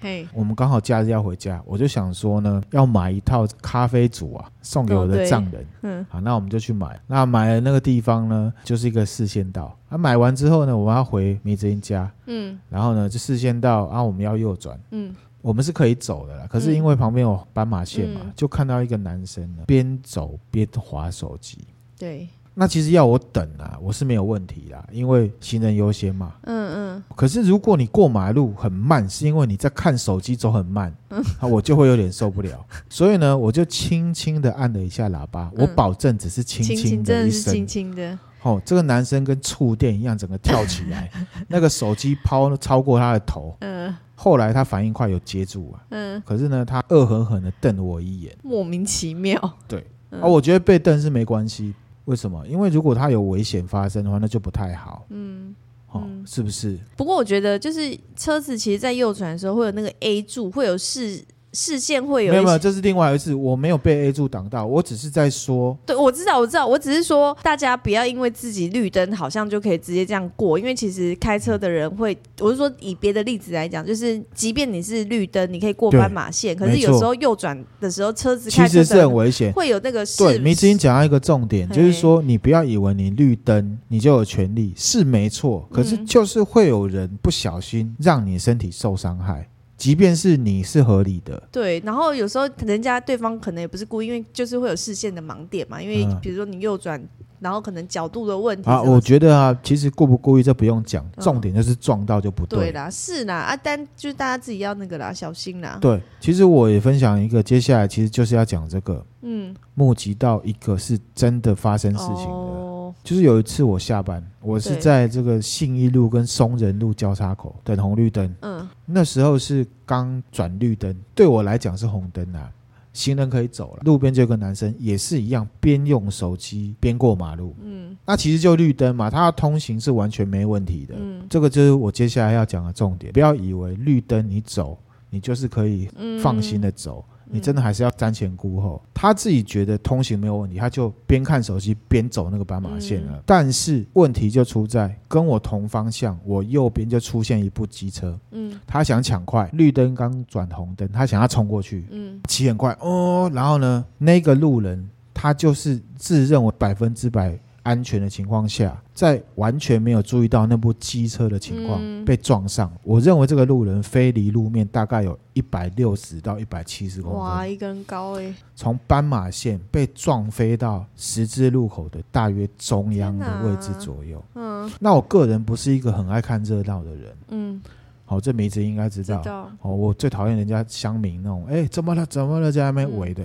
嘿，我们刚好假日要回家，我就想说呢，要买一套咖啡组啊，送给我哦的对丈人。嗯好，那我们就去买。那买了那个地方呢，就是一个四线道。啊，买完之后呢，我们要回迷之音家，嗯然后呢，就四线道啊，我们要右转。嗯，我们是可以走的啦，可是因为旁边有斑马线嘛，嗯就看到一个男生呢边走边划手机。对，那其实要我等啊，我是没有问题啦，因为行人优先嘛。嗯嗯可是如果你过马路很慢，是因为你在看手机走很慢，嗯啊，我就会有点受不了。所以呢，我就轻轻的按了一下喇叭，嗯我保证只是轻亲轻亲的真一的是声轻。轻的，哦，这个男生跟触电一样，整个跳起 *laughs* 来，那个手机抛超过他的头。嗯后来他反应快，有接住啊。嗯，可是呢，他恶狠狠的瞪了我一眼。莫名其妙。对，嗯啊，我觉得被瞪是没关系，为什么？因为如果他有危险发生的话，那就不太好。嗯，哦，嗯是不是？不过我觉得，就是车子其实，在右转的时候会有那个 A 柱，会有视视线会有没有一没有，些。这是另外一次，我没有被 A 柱挡到，我只是在说，对，我知道，我知道，我只是说大家不要因为自己绿灯好像就可以直接这样过，因为其实开车的人会，我是说以别的例子来讲，就是即便你是绿灯，你可以过对斑马线，可是没有时错候右转的时候，车子其开车实的是很人危险。会有那个视对，迷之音讲到一个重点，就是嘿说你不要以为你绿灯你就有权利，是没错，可是嗯就是会有人不小心让你身体受伤害，即便是你是合理的，对，然后有时候人家对方可能也不是故意，因为就是会有视线的盲点嘛，因为嗯比如说你右转，然后可能角度的问题啊，什么我觉得啊，其实故不故意这不用讲，嗯重点就是撞到就不对对。啦，是啦，啊，但就是大家自己要那个啦，小心啦。对，其实我也分享一个，接下来其实就是要讲这个，嗯，募集到一个是真的发生事情的，哦，就是有一次我下班，我是对在这个信义路跟松仁路交叉口等红绿灯，嗯那时候是刚转绿灯，对我来讲是红灯啊。行人可以走了，路边就有个男生也是一样，边用手机边过马路。嗯那其实就绿灯嘛，他要通行是完全没问题的。嗯这个就是我接下来要讲的重点。不要以为绿灯你走，你就是可以嗯，放心的走，嗯你真的还是要瞻前顾后。他自己觉得通行没有问题，他就边看手机边走那个斑马线了。嗯但是问题就出在跟我同方向，我右边就出现一部机车，嗯他想抢快，绿灯刚转红灯，他想要冲过去，嗯骑很快哦。然后呢，那个路人他就是自认为百分之百安全的情况下，在完全没有注意到那部机车的情况、嗯被撞上。我认为这个路人飞离路面大概有一百六十到一百七十嗯，公哇，分，一个人高哎、从斑马线被撞飞到十字路口的大约中央天的哪位置左右。嗯那我个人不是一个很爱看热闹的人，嗯，好、这名字应该知知道。道，哦，我最讨厌人家乡民那种，哎，怎么了？怎么了？在那边嗯围的。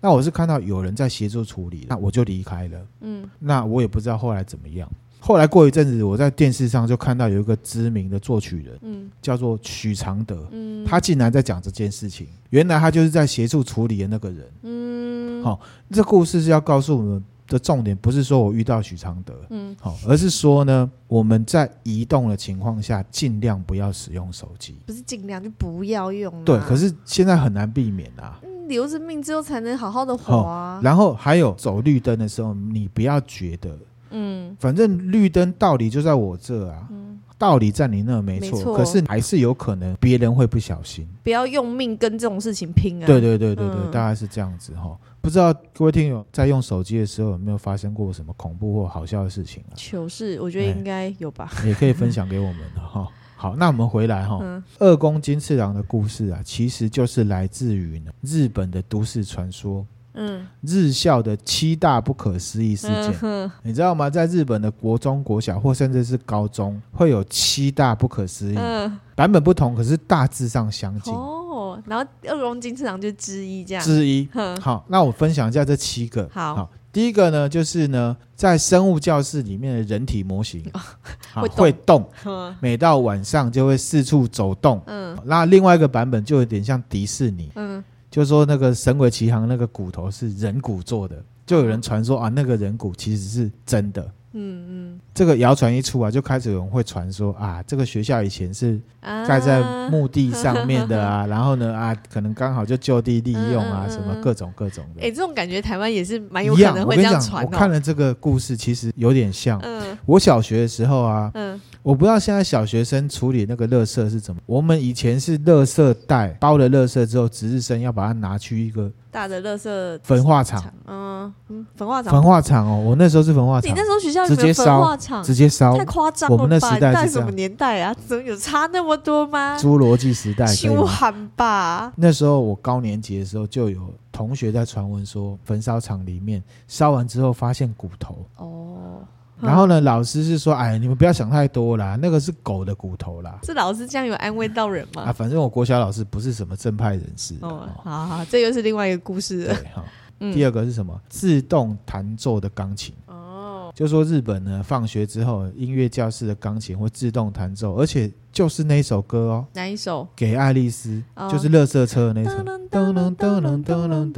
那我是看到有人在协助处理，那我就离开了。嗯那我也不知道后来怎么样。后来过一阵子，我在电视上就看到有一个知名的作曲人，嗯叫做许常德，嗯，他竟然在讲这件事情。原来他就是在协助处理的那个人。嗯好这故事是要告诉我们的重点，不是说我遇到许常德，嗯好、而是说呢，我们在移动的情况下，尽量不要使用手机。不是尽量就不要用啦，对，可是现在很难避免啊。留着命之后才能好好的活啊。然后还有走绿灯的时候，你不要觉得，嗯反正绿灯道理就在我这啊，嗯，道理在你那没错，没错可是还是有可能别人会不小心。不要用命跟这种事情拼啊。对对对对对，嗯大概是这样子哈、不知道各位听友在用手机的时候有没有发生过什么恐怖或好笑的事情啊？*laughs* 糗事，我觉得应该有吧。也可以分享给我们的哈、好，那我们回来哈、嗯二宫金次郎的故事啊，其实就是来自于呢日本的都市传说嗯日校的七大不可思议事件嗯，哼你知道吗？在日本的国中、国小或甚至是高中，会有七大不可思议，嗯版本不同，可是大致上相近哦，然后二宫金次郎就之一这样，之一。哼好，那我分享一下这七个。好第一个呢，就是呢，在生物教室里面的人体模型，好哦会动会动，哼每到晚上就会四处走动。嗯那另外一个版本就有点像迪士尼，嗯就说那个《神鬼奇航》那个骨头是人骨做的，就有人传说啊，那个人骨其实是真的。嗯这个谣传一出啊，就开始有人会传说啊，这个学校以前是嗯，盖在啊墓地上面的 *laughs* 啊，然后呢啊，可能刚好就就地利用啊，嗯嗯嗯嗯什么各种各种哎、的。这种感觉台湾也是蛮有一可样，能我会跟这你样讲，传我哦、看了这个故事，其实有点像。嗯我小学的时候啊，嗯我不知道现在小学生处理那个垃圾是怎么。我们以前是垃圾袋包了垃圾之后，值日生要把它拿去一个大的垃圾焚化厂，，嗯嗯，焚化厂。焚化厂哦。我那时候是焚化你厂那，时候学校有直没接有烧焚化厂？直接烧太夸张我了吧！们那时代你到是这底什样么年代啊？怎么有差那么多吗？侏罗纪时代，可以凶吗？悍吧！那时候我高年级的时候，就有同学在传闻说，焚烧厂里面烧完之后发现骨头，哦，然后呢，老师是说，哎，你们不要想太多啦，那个是狗的骨头啦。这老师这样有安慰到人吗？啊，反正我国小老师不是什么正派人士。嗯哦 *laughs* 哦，好好，这又是另外一个故事对了。哈。嗯第二个是什么？自动弹奏的钢琴。哦，就说日本呢，放学之后音乐教室的钢琴会自动弹奏，而且就是那首歌哦，哪一首？ 《给爱丽丝》，哦就是乐色车的那首。噔噔噔噔噔噔噔噔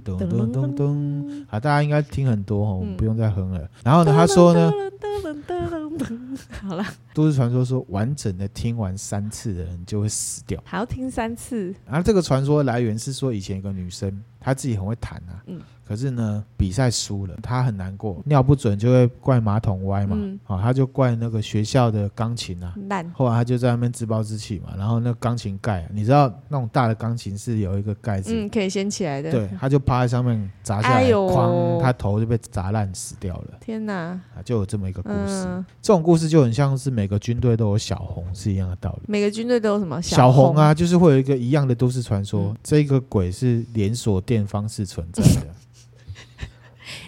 噔噔噔噔，好，大家应该听很多哦，我们不用再哼了。然后呢，他说呢，，嗯噔噔噔噔噔噔好了，都市传说说完整的听完三次的人就会死掉。还要听三次。然后这个传说来源是说，以前有个女生，她自己很会弹啊嗯，可是呢比赛输了，她很难过，尿不准就会怪马桶歪嘛嗯，啊，她就怪那个学校的钢琴啊。烂，后来她就在那边自暴自弃嘛，然后那钢琴盖啊，你知道那种大的钢琴是有一个盖子，嗯，可以掀起来的。对，，他就趴在上面砸下来，哎呦哐，他头就被砸烂死掉了天哪，啊！就有这么一个故事。嗯，这种故事就很像是每个军队都有小红是一样的道理。每个军队都有什么小红红？啊，就是会有一个一样的都市传说，嗯这个鬼是连锁店方式存在 *laughs* 的，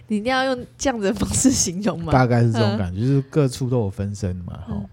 你一定要用这样子的方式形容吗？大概是这种嗯感觉，就是各处都有分身嘛。哈、嗯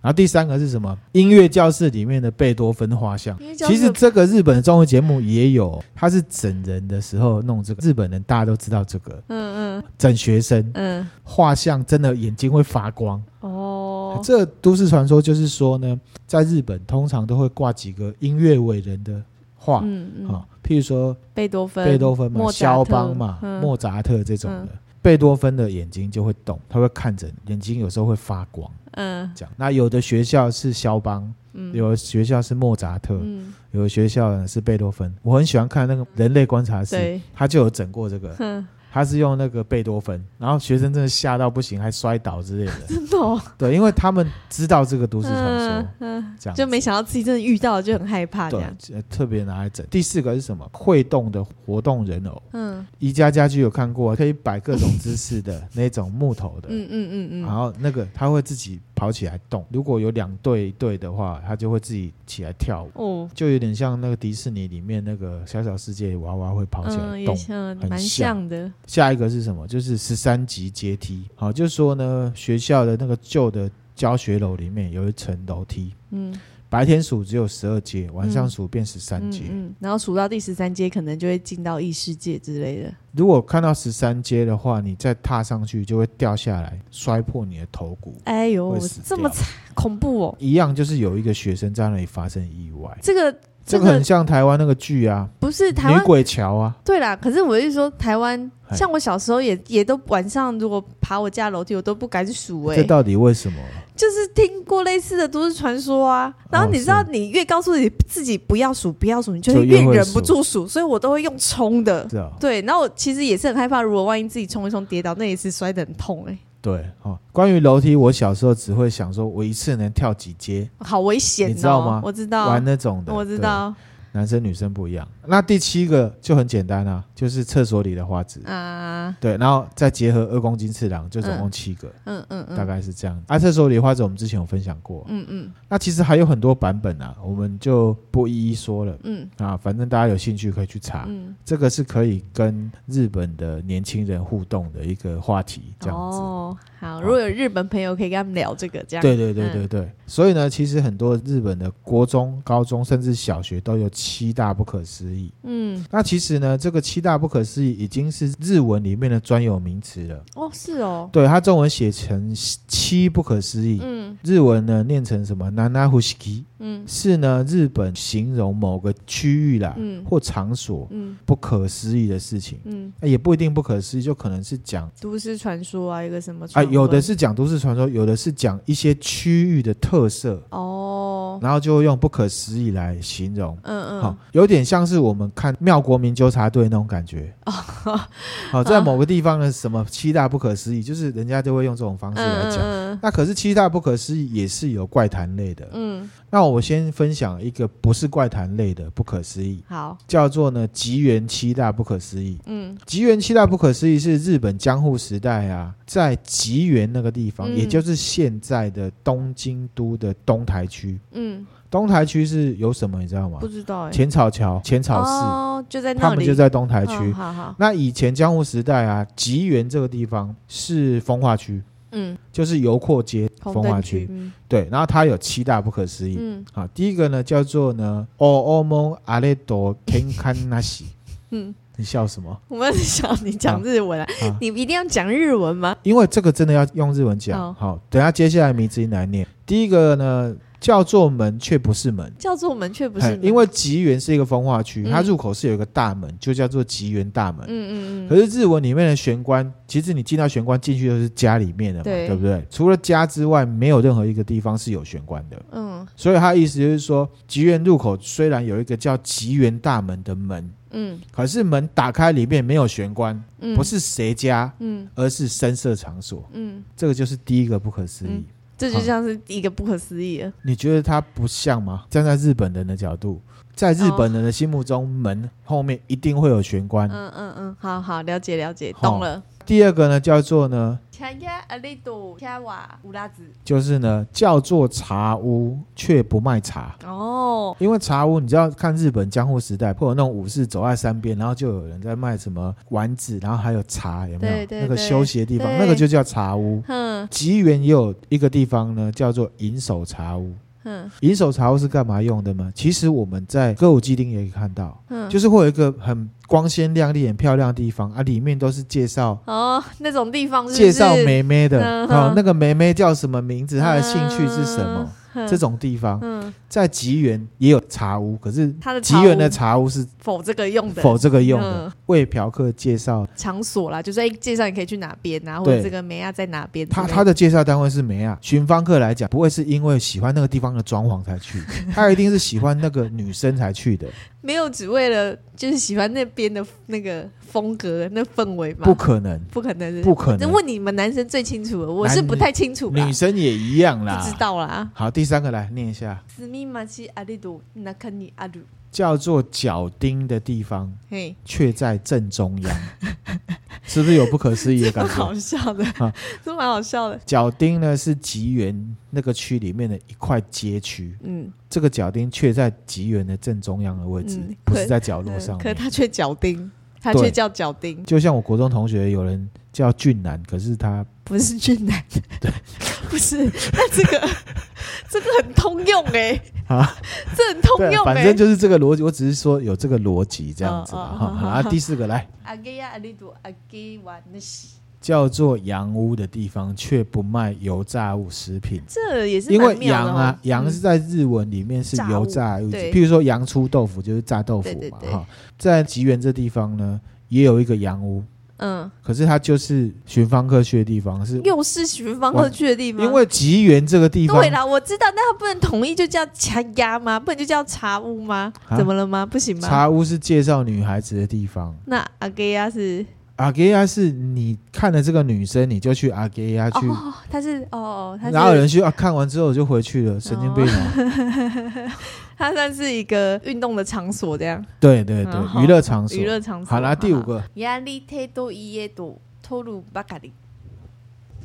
然后第三个是什么？音乐教室里面的贝多芬画像。因为叫其实做这个日本的综艺节目也有，他是整人的时候弄这个，日本人大家都知道这个嗯嗯整学生，嗯，画像真的眼睛会发光。哦，这都市传说就是说呢，在日本通常都会挂几个音乐伟人的画啊、嗯嗯，譬如说贝多芬，贝多芬嘛、莫扎肖特邦嘛、嗯莫扎特这种的。贝多芬的眼睛就会动，他会看着，眼睛有时候会发光，嗯这样。那有的学校是肖邦，嗯，有的学校是莫扎特，嗯，有的学校呢是贝多芬。我很喜欢看那个人类观察室，对，他就有整过这个，哼，他是用那个贝多芬，然后学生真的吓到不行，还摔倒之类的。真的哦，对，因为他们知道这个都市传说，嗯嗯，这样子就没想到自己真的遇到了，就很害怕这对样。，呃特别拿来整。第四个是什么？会动的活动人偶，嗯宜家家居有看过，啊可以摆各种姿势的那种木头的。嗯嗯嗯然嗯，后那个它会自己跑起来动，如果有两队一队的话，它就会自己起来跳舞，哦，就有点像那个迪士尼里面那个小小世界娃娃会跑起嗯，来也动。像，很蛮像像的，下一个是什么？就是十三级阶梯。好，就是说呢，学校的那个旧的教学楼里面有一层楼梯，嗯白天数只有十二阶，晚上数变十三嗯阶。嗯，然后数到第十三阶，可能就会进到异世界之类的。如果看到十三阶的话，你再踏上去就会掉下来，摔破你的头骨，哎呦会死，这么惨。恐怖哦！一样就是有一个学生在那里发生意外，这个这这个个很像台湾那个剧啊，不是台女湾鬼桥啊，对啦，可是我是说台湾，哎像我小时候也也都晚上如果爬我家楼梯，我都不敢数哎、这到底为什么？就是听过类似的都市传说啊。哦然后你知道，你越告诉你自己不要数，不要数，你就就会越越会忍数不住数，所以我都会用冲的。是啊，对，然后我其实也是很害怕，如果万一自己冲一冲跌倒，那也是摔得很痛哎、对哦。关于楼梯，我小时候只会想说，我一次能跳几阶，好危险、哦，你知道吗我知道，玩那种的，哦我知道，对。男生女生不一样。那第七个就很简单啊，就是厕所里的花枝。啊，对，然后再结合二公斤次郎，就总共嗯七个，嗯嗯嗯，大概是这样。啊，厕所里的花枝我们之前有分享过，嗯嗯那其实还有很多版本啊，我们就不一一说了嗯啊。反正大家有兴趣可以去查，嗯，这个是可以跟日本的年轻人互动的一个话题，这样子。哦，好，如果有日本朋友可以跟他们聊这个，这样对对对对对，所以呢，其实很多日本的国中、高中甚至小学都有七大不可思议。嗯，那其实呢，这个七大不可思议已经是日文里面的专有名词了。哦，是哦，对，它中文写成七不可思议，嗯日文呢念成什么 “nana hushiki”，嗯是呢日本形容某个区域啦、嗯或场所嗯不可思议的事情。哎嗯，也不一定不可思议，就可能是讲都市传说啊，一个什么啊，传闻有的是讲都市传说，有的是讲一些区域的特色，哦，然后就用不可思议来形容。嗯好嗯，，有点像是我们看《妙国民纠察队》那种感觉。哦好，在某个地方的什么七大不可思议，就是人家就会用这种方嗯式来讲。嗯那可是七大不可思议也是有怪谈类的。嗯，那我先分享一个不是怪谈类的不可思议，好，叫做呢吉原七大不可思议。嗯吉原七大不可思议是日本江户时代啊，在吉原那个地方，嗯也就是现在的东京都的东台区。嗯，东台区是有什么你知道吗不？知道哎，浅草桥、浅草寺，哦，就在他那们里，就在东台区。嗯好好，那以前江户时代啊，吉原这个地方是风化区，嗯，就是油阔街红风化灯区。区，嗯对，然后它有七大不可思议。嗯啊，第一个呢叫做呢，o 哦 o mon a r e do ken kan nashi， *laughs* 嗯，你笑什么？我们想你讲日文啊啊，你一定要讲日文吗？因为这个真的要用日文讲。哦好，等一下接下来名字音来念。第一个呢叫做门，却不是门，叫做门却不嘿是门，哎因为吉原是一个风化区，嗯它入口是有一个大门，就叫做吉原大门。嗯嗯可嗯，是日文里面的玄关，其实你进到玄关进去就是家里面的嘛，对对不对？除了家之外，没有任何一个地方是有玄关的。嗯所以他的意思就是说，吉原入口虽然有一个叫吉原大门的门，嗯可是门打开里面没有玄关，嗯，不，是谁家，嗯而是深色场所。嗯，这个就是第一个不可思议。嗯这就像是一个不可思议了，你觉得它不像吗？站在日本人的角度，在日本人的心目中，门后面一定会有玄关。嗯嗯嗯，好好了解了解，好懂了。第二个呢，叫做呢，恰呀阿里朵恰瓦乌拉子就是呢，叫做茶屋却不卖茶。哦，因为茶屋，你知道看日本江户时代，会有那种武士走在山边，然后就有人在卖什么丸子，然后还有茶，有没有？对对那个休息的地方，对那个就叫茶屋。哼吉原也有一个地方呢，叫做银手茶屋。哼银手茶屋是干嘛用的吗？其实我们在歌舞伎町也可以看到，哼，就是会有一个很光鲜亮丽、很漂亮的地方啊，里面都是介绍哦那种地方是不是介绍妹妹的，嗯哦哼，那个妹妹叫什么名字，她的兴趣是什么？？嗯这，种地方嗯嗯，在吉原也有茶屋，可是它的吉原的茶茶屋是屋否这个用的否这个用的嗯，为嫖客介绍。场所啦，就是哎介绍你可以去哪边啊，或对者这个梅亚在哪边之类他的。他的介绍单位是梅亚，寻芳客来讲，不会是因为喜欢那个地方的装潢才 *laughs* 去，他一定是喜欢那个女生才去的，没有只为了就是喜欢那边的那个风格、那氛围嘛？不可能，不可能是，不可能那，问你们男生最清楚了，我男是不太清楚啦，女生啊也一样不啦知。道啦。好，第三个来念一下，斯密马奇阿里多那肯尼阿鲁，叫做脚钉的地方，嘿，却在正中 *laughs* 央，是不是有不可思议的蛮感好觉？笑的 *laughs* 啊，都蛮好笑的。脚钉呢是吉原那个区里面的一块街区，嗯，这个脚钉却在吉原的正中央的位置，嗯不可是在角落嗯上可面。他却脚钉，他对却叫脚钉，就像我国中同学，有人叫俊男，可是他不是俊男， *laughs* 不是。那这个这个很通用哎，啊，这很通对，啊用反哎正。就是这个逻辑，我只是说有这个逻辑这样子啦。哦哦哈、好好好啊，好第四个来阿给亚阿里多阿给瓦那西，叫做洋屋的地方，却不卖油炸物食品。这也是因为蛮妙的洋哦啊，洋嗯是在日文里面是炸油物炸物，对譬如说洋出豆腐就是炸豆腐对对嘛，对哈。在吉原这地方呢，也有一个洋屋，嗯，可是它就是寻芳客去的地方，是又是寻芳客去的地方，因为吉原这个地方对啦，我知道，那他不能统一就叫茶鸭吗？不能就叫茶屋吗？啊怎么了吗？不行吗？茶屋是介绍女孩子的地方，那阿给亚是阿给亚是你看了这个女生，你就去阿给亚去哦，他是哦哦，他哪有是哦人去啊？看完之后就回去了，神经病啊！ *laughs* 他算是一个运动的场所这样，对对对嗯，好娱乐场所娱。乐场所。好啦，第五个压力太多，一夜多，透露巴卡里。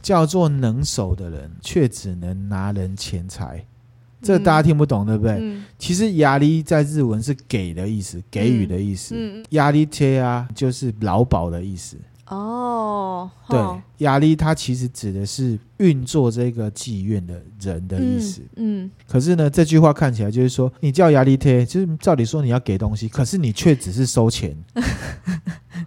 叫做能手的人，却只能拿人钱财，这大家听不懂，对不对？嗯其实压力在日文是给的意思，给予的意思。嗯嗯压力贴啊，就是劳保的意思。哦，对吼，压力它其实指的是运作这个妓院的人的意思。嗯，可是呢，这句话看起来就是说，你叫压力贴，就是照理说你要给东西，可是你却只是收钱，嗯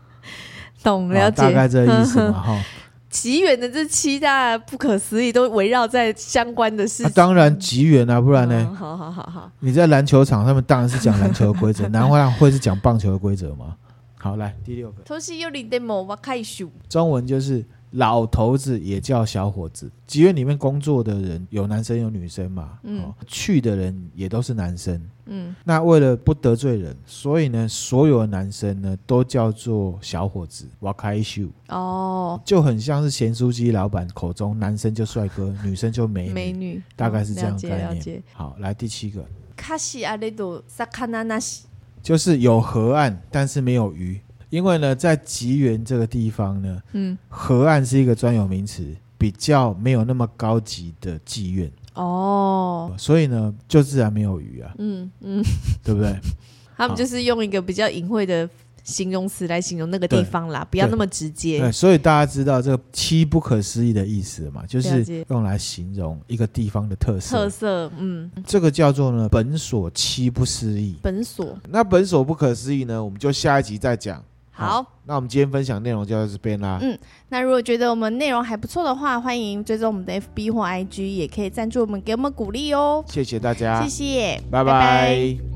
懂啊了解，大概这个意思嗯 *laughs* 嘛，哈、奇缘的这七大不可思议都围绕在相关的事啊情，当然吉缘啊，不然呢？嗯好好好好，你在篮球场，他们当然是讲篮球的规 *laughs* 则，南华会是讲棒球的规则吗？好，来第六个，都是有你的某我开始中文就是老头子也叫小伙子。吉院里面工作的人有男生有女生嘛，嗯哦，去的人也都是男生。嗯，那为了不得罪人，所以呢，所有的男生呢都叫做小伙子哇开秀，哦，就很像是咸酥鸡老板口中男生就帅哥，女生就美女。美女，大概是这样了的解概了念解。。好，来第七个，卡西阿雷多萨卡纳纳西，就是有河岸，但是没有鱼。因为呢，在吉原这个地方呢，嗯，河岸是一个专有名词，比较没有那么高级的妓院，哦，所以呢，就自然没有鱼啊，嗯嗯，对不对？他们就是用一个比较隐晦的形容词来形容那个地方啦，不要那么直对，接。所以大家知道这个“七不可思议”的意思嘛，就了是解用来形容一个地方的特色。特色，嗯，这个叫做呢“本所七不思议本所”。那“本所不可思议”呢，我们就下一集再讲。好好。那我们今天分享内容就到这边啦。嗯那如果觉得我们内容还不错的话，欢迎追踪我们的 FB 或 IG，也可以赞助我们，给我们鼓励哦。谢谢大家，谢谢，拜拜